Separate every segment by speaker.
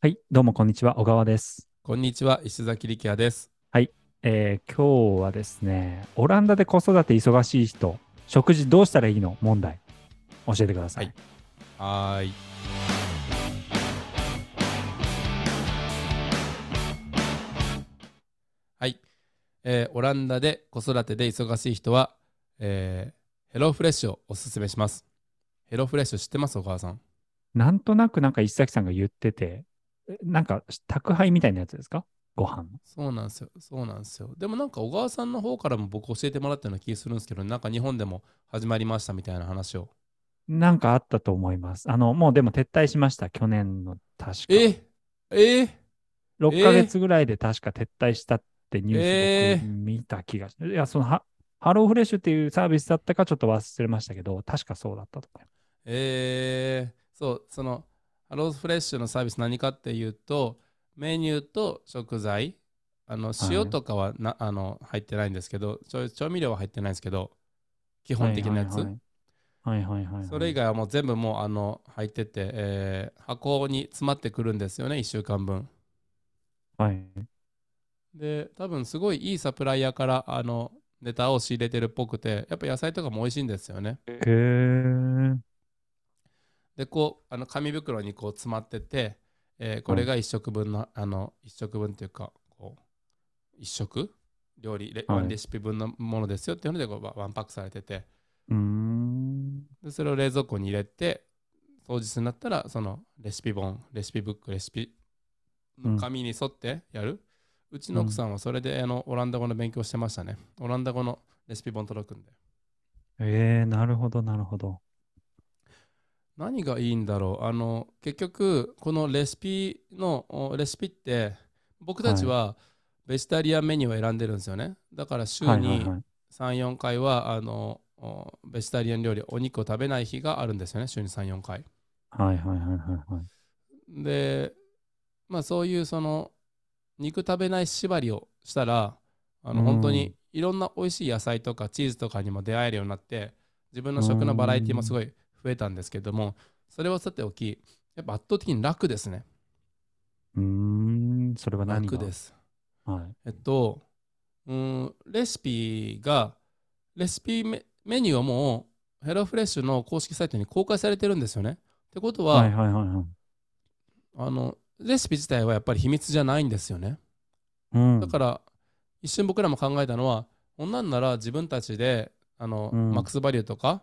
Speaker 1: はい、どうもこんにちは、小川です。
Speaker 2: こんにちは、石崎力也です。
Speaker 1: えー今日はですね、オランダで子育て忙しい人、食事どうしたらいいの問題、教えてください。
Speaker 2: はいはーい。はい、えーオランダで子育てで忙しい人は、えーヘローフレッシュをおすすめします。ヘローフレッシュ知ってます、お母さん。
Speaker 1: なんとなくなんか石崎さんが言ってて、えなんか宅配みたいなやつですかご飯。
Speaker 2: そうなんですよ。そうなんですよ。でもなんか小川さんの方からも僕教えてもらったような気するんですけど、なんか日本でも始まりましたみたいな話を。
Speaker 1: なんかあったと思います。あの、もうでも撤退しました、去年の確か。
Speaker 2: ええー
Speaker 1: 6ヶ月ぐらいで確か撤退したってニュー
Speaker 2: え
Speaker 1: ス僕見た気がし、いや、そのハ、ハローフレッシュっていうサービスだったかちょっと忘れましたけど、確かそうだったと思います。
Speaker 2: えー、そう、その、ハローフレッシュのサービス何かっていうと、メニューと食材、あの
Speaker 1: い
Speaker 2: 塩とかはな、あの入ってないんですけど調、調味料は入ってないんですけど、基本的なやつ。
Speaker 1: はいはいはい、はいはいはいはい
Speaker 2: それ以外はもう全部もうあの入ってて、えー箱に詰まってくるんですよね、1週間分。
Speaker 1: はい。
Speaker 2: で、多分すごいいいサプライヤーからあのネタを仕入れてるっぽくて、やっぱ野菜とかも美味しいんですよね。
Speaker 1: へー
Speaker 2: でこうあの紙袋にこう詰まってて、えーこれが1食分の、あの1食分っていうかこう1食料理レ,、
Speaker 1: はい
Speaker 2: レシピ分のものですよっていうのでこうワワンパックされてて
Speaker 1: うーん。
Speaker 2: でそれを冷蔵庫に入れて当日になったらそのレシピ本レシピブックレシピの紙に沿ってやる、うちの奥さんはそれであのオランダ語の勉強してましたねオランダ語のレシピ本届くんで
Speaker 1: えー、なるほど、なるほど。
Speaker 2: 何がいいんだろうあの結局このレシピのおレシピって僕たちはベジタリアンメニューを選んでるんですよねだから週
Speaker 1: はいはい
Speaker 2: に
Speaker 1: はい。
Speaker 2: 34回はあのおベジタリアン料理お肉を食べない日があるんですよね週に34回
Speaker 1: はいはいはいはいはい。
Speaker 2: でまあそういうその肉食べない縛りをしたらあの
Speaker 1: うん
Speaker 2: 本当にいろんな美味しい野菜とかチーズとかにも出会えるようになって自分の食のバラエティもすごい増えたんですけどもそれはさておきやっぱ圧倒的に楽ですね
Speaker 1: うーん、それは何が。
Speaker 2: 楽ですす
Speaker 1: はい。
Speaker 2: えっとうんレシピがレシピメメニューはもうヘローフレッシュの公式サイトに公開されてるんですよねってことは、
Speaker 1: はいはいはいはい。
Speaker 2: あのレシピ自体はやっぱり秘密じゃないんですよね
Speaker 1: うん、
Speaker 2: だから一瞬僕らも考えたのはこんなんなら自分たちであの、
Speaker 1: うん
Speaker 2: マックスバリューとか、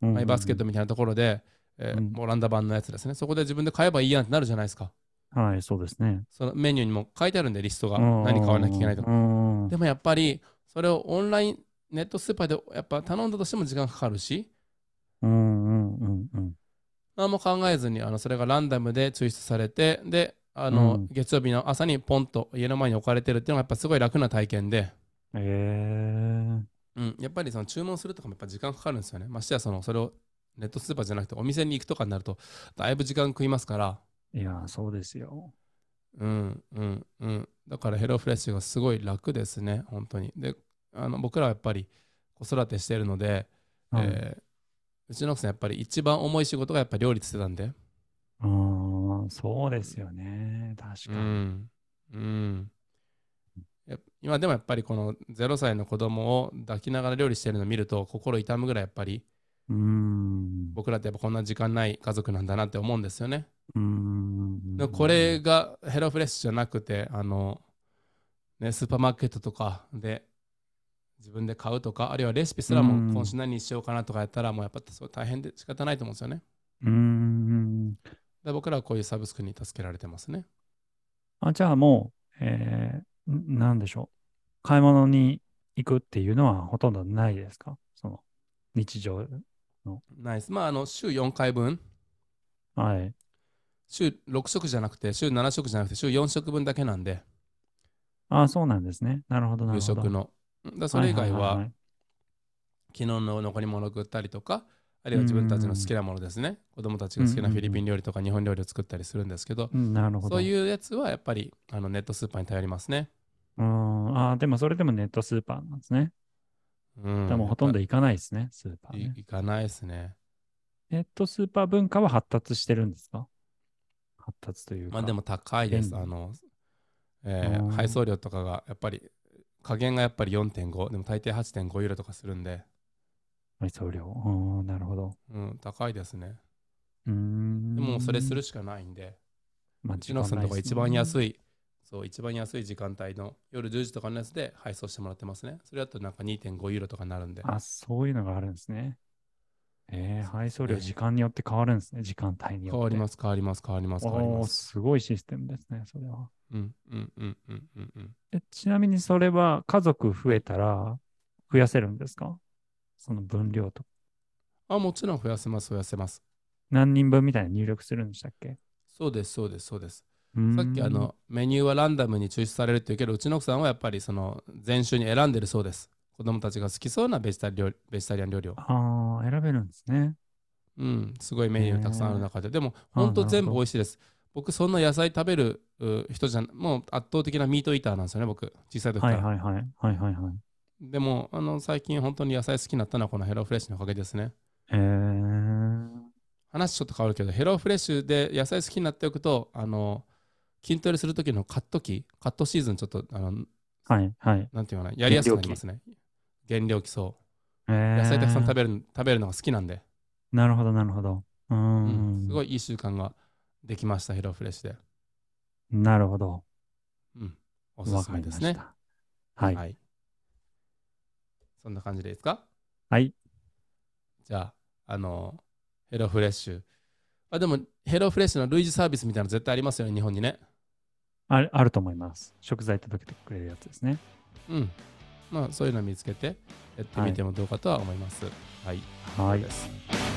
Speaker 1: ら
Speaker 2: マイバスケットみたいなところで、えー
Speaker 1: うん
Speaker 2: オランダ版のやつですねそこで自分で買えばいいやんってなるじゃないですか
Speaker 1: はい、そうですね。
Speaker 2: そのメニューにも書いてあるんでリストが
Speaker 1: うん
Speaker 2: 何買わなきゃいけないとか
Speaker 1: うん
Speaker 2: でもやっぱりそれをオンラインネットスーパーでやっぱ頼んだとしても時間かかるし
Speaker 1: うんうんうんうん。
Speaker 2: 何も考えずにあのそれがランダムで抽出されてであの、
Speaker 1: うん
Speaker 2: 月曜日の朝にポンと家の前に置かれてるっていうのがやっぱすごい楽な体験で
Speaker 1: えー。
Speaker 2: うん、やっぱりその注文するとかもやっぱ時間かかるんですよね。ましてやそのそれをネットスーパーじゃなくてお店に行くとかになるとだいぶ時間食いますから、
Speaker 1: いやー、そうですよ。
Speaker 2: うんうんうん、だからヘローフレッシュがすごい楽ですね、本当に。で、あの僕らはやっぱり子育てしてるので、
Speaker 1: はい
Speaker 2: えーうちの奥さんやっぱり一番重い仕事がやっぱ料理って言ってたんで、
Speaker 1: うーん、そうですよね。確か
Speaker 2: う
Speaker 1: に。
Speaker 2: んうん、やっ今でもやっぱりこの0歳の子供を抱きながら料理してるの見ると心痛むぐらいやっぱり
Speaker 1: うーん。
Speaker 2: 僕らってやっぱこんな時間ない家族なんだなって思うんですよね。
Speaker 1: うーん
Speaker 2: でもこれ、がヘローフレッシュじゃなくてあの、ね、スーパーマーケットとかで自分で買うとかあるいはレシピすら
Speaker 1: うん
Speaker 2: も今週何にしようかなとかやったらもうやっぱそう大変で仕方ないと思うんですよね。
Speaker 1: うーん。
Speaker 2: で僕らはこういうサブスクに助けられてますね。
Speaker 1: あ、じゃあもう、えー、んなんでしょう。買い物に行くっていうのはほとんどないですかその、日常。
Speaker 2: ナイス。まああの週4回分
Speaker 1: はい。
Speaker 2: 週6食じゃなくて週7食じゃなくて週4食分だけなんで
Speaker 1: あ、そうなんですね。なるほど、なる
Speaker 2: 夕
Speaker 1: ほど。
Speaker 2: 食の。だからそれ以外
Speaker 1: いい
Speaker 2: はい
Speaker 1: い
Speaker 2: 昨日の残り物を食ったりとかあるいは自分たちの好きなものですね子供たちが好きなフィリピン料理とか日本料理を作ったりするんですけど
Speaker 1: うんなるほど。
Speaker 2: そういうやつはやっぱりあのネットスーパーに頼りますね
Speaker 1: うーん。あ、でもそれでもネットスーパーなんですね。
Speaker 2: うん
Speaker 1: でもほとんど
Speaker 2: やっ
Speaker 1: 行かないですね、スーパ
Speaker 2: ぱ
Speaker 1: ー
Speaker 2: い
Speaker 1: ね。
Speaker 2: 行かないですね
Speaker 1: ネットスーパー文化は発達してるんですか発達というか。
Speaker 2: まあでも高いです。
Speaker 1: 便利
Speaker 2: あの、えー
Speaker 1: うん
Speaker 2: 配送料とかがやっぱり、加減がやっぱり4.5、でも大抵8.5ユーロとかするんで、
Speaker 1: 配送料。うん、なるほど。
Speaker 2: うん、高いですね。
Speaker 1: うーん。
Speaker 2: でももうそれするしかないんで、
Speaker 1: まあ、
Speaker 2: うちのさんとか一番
Speaker 1: い。
Speaker 2: 安い、そう、一番安い時間帯の夜10時とかのやつで配送してもらってますね。それだとなんか2.5ユーロとかになるんで、
Speaker 1: あ、そういうのがあるんですね。えー、配送
Speaker 2: え
Speaker 1: 料、
Speaker 2: え
Speaker 1: 時間によって変わるんですね。時間帯によって。。
Speaker 2: 変わりますす、変わります、変わります、変わり
Speaker 1: お
Speaker 2: ま
Speaker 1: お、
Speaker 2: す。
Speaker 1: すごいシステムですね、それは。
Speaker 2: うん、うん、うん、うん、うん、うん。
Speaker 1: えちなみにそれは家族増えたら増やせるんですかその分量とか。
Speaker 2: あ、もちろん増やせます、増やせます。
Speaker 1: 何人分みたいな入力するんでしたっけ
Speaker 2: そうです、そうです、そうです。
Speaker 1: うーん
Speaker 2: さっきあのメニューはランダムに抽出されるっていうけどうちの奥さんはやっぱりその前週に選んでるそうです子供たちが好きそうなベジタリ料理ベジタリアン料理を
Speaker 1: ああ、選べるんですね。
Speaker 2: うんすごいメニューたくさんある中ででも
Speaker 1: あーなる
Speaker 2: 本当
Speaker 1: ほど
Speaker 2: 全部美味しいです僕そんな野菜食べるう人じゃんもう圧倒的なミートイーターなんですよね僕小さい時か
Speaker 1: はい
Speaker 2: ら、
Speaker 1: はいはい。はいはいはい。
Speaker 2: でもあの最近本当に野菜好きになったのはこのヘローフレッシュのおかげですね
Speaker 1: えー、
Speaker 2: 話ちょっと変わるけどヘローフレッシュで野菜好きになっておくとあの筋トレする時のカット期カットシーズンちょっとあの
Speaker 1: はいはい。
Speaker 2: なんていうのかなやりやすくなりますね。原料基礎。
Speaker 1: えー、
Speaker 2: 野菜たくさん
Speaker 1: べ
Speaker 2: 食べる,、食べるのが好きなんで、
Speaker 1: なるほどなるほど。うー
Speaker 2: うん
Speaker 1: ん。
Speaker 2: すごいいい習慣ができました、ヘローフレッシュで。
Speaker 1: なるほど。
Speaker 2: うん、おす
Speaker 1: わ
Speaker 2: す
Speaker 1: か
Speaker 2: め
Speaker 1: り
Speaker 2: で
Speaker 1: ますし
Speaker 2: ね。
Speaker 1: た。はい。
Speaker 2: はい。そんな感じでいいですか
Speaker 1: はい。
Speaker 2: じゃあ、あの、ヘローフレッシュ。あでも、ヘローフレッシュの類似サービスみたいなの絶対ありますよね、日本にね。
Speaker 1: あるあると思います。食材届けてくれるやつですね。
Speaker 2: うん。まあ、そういうの見つけて、やってみてもどうかとは思います。はい。
Speaker 1: は
Speaker 2: そう
Speaker 1: い
Speaker 2: で。す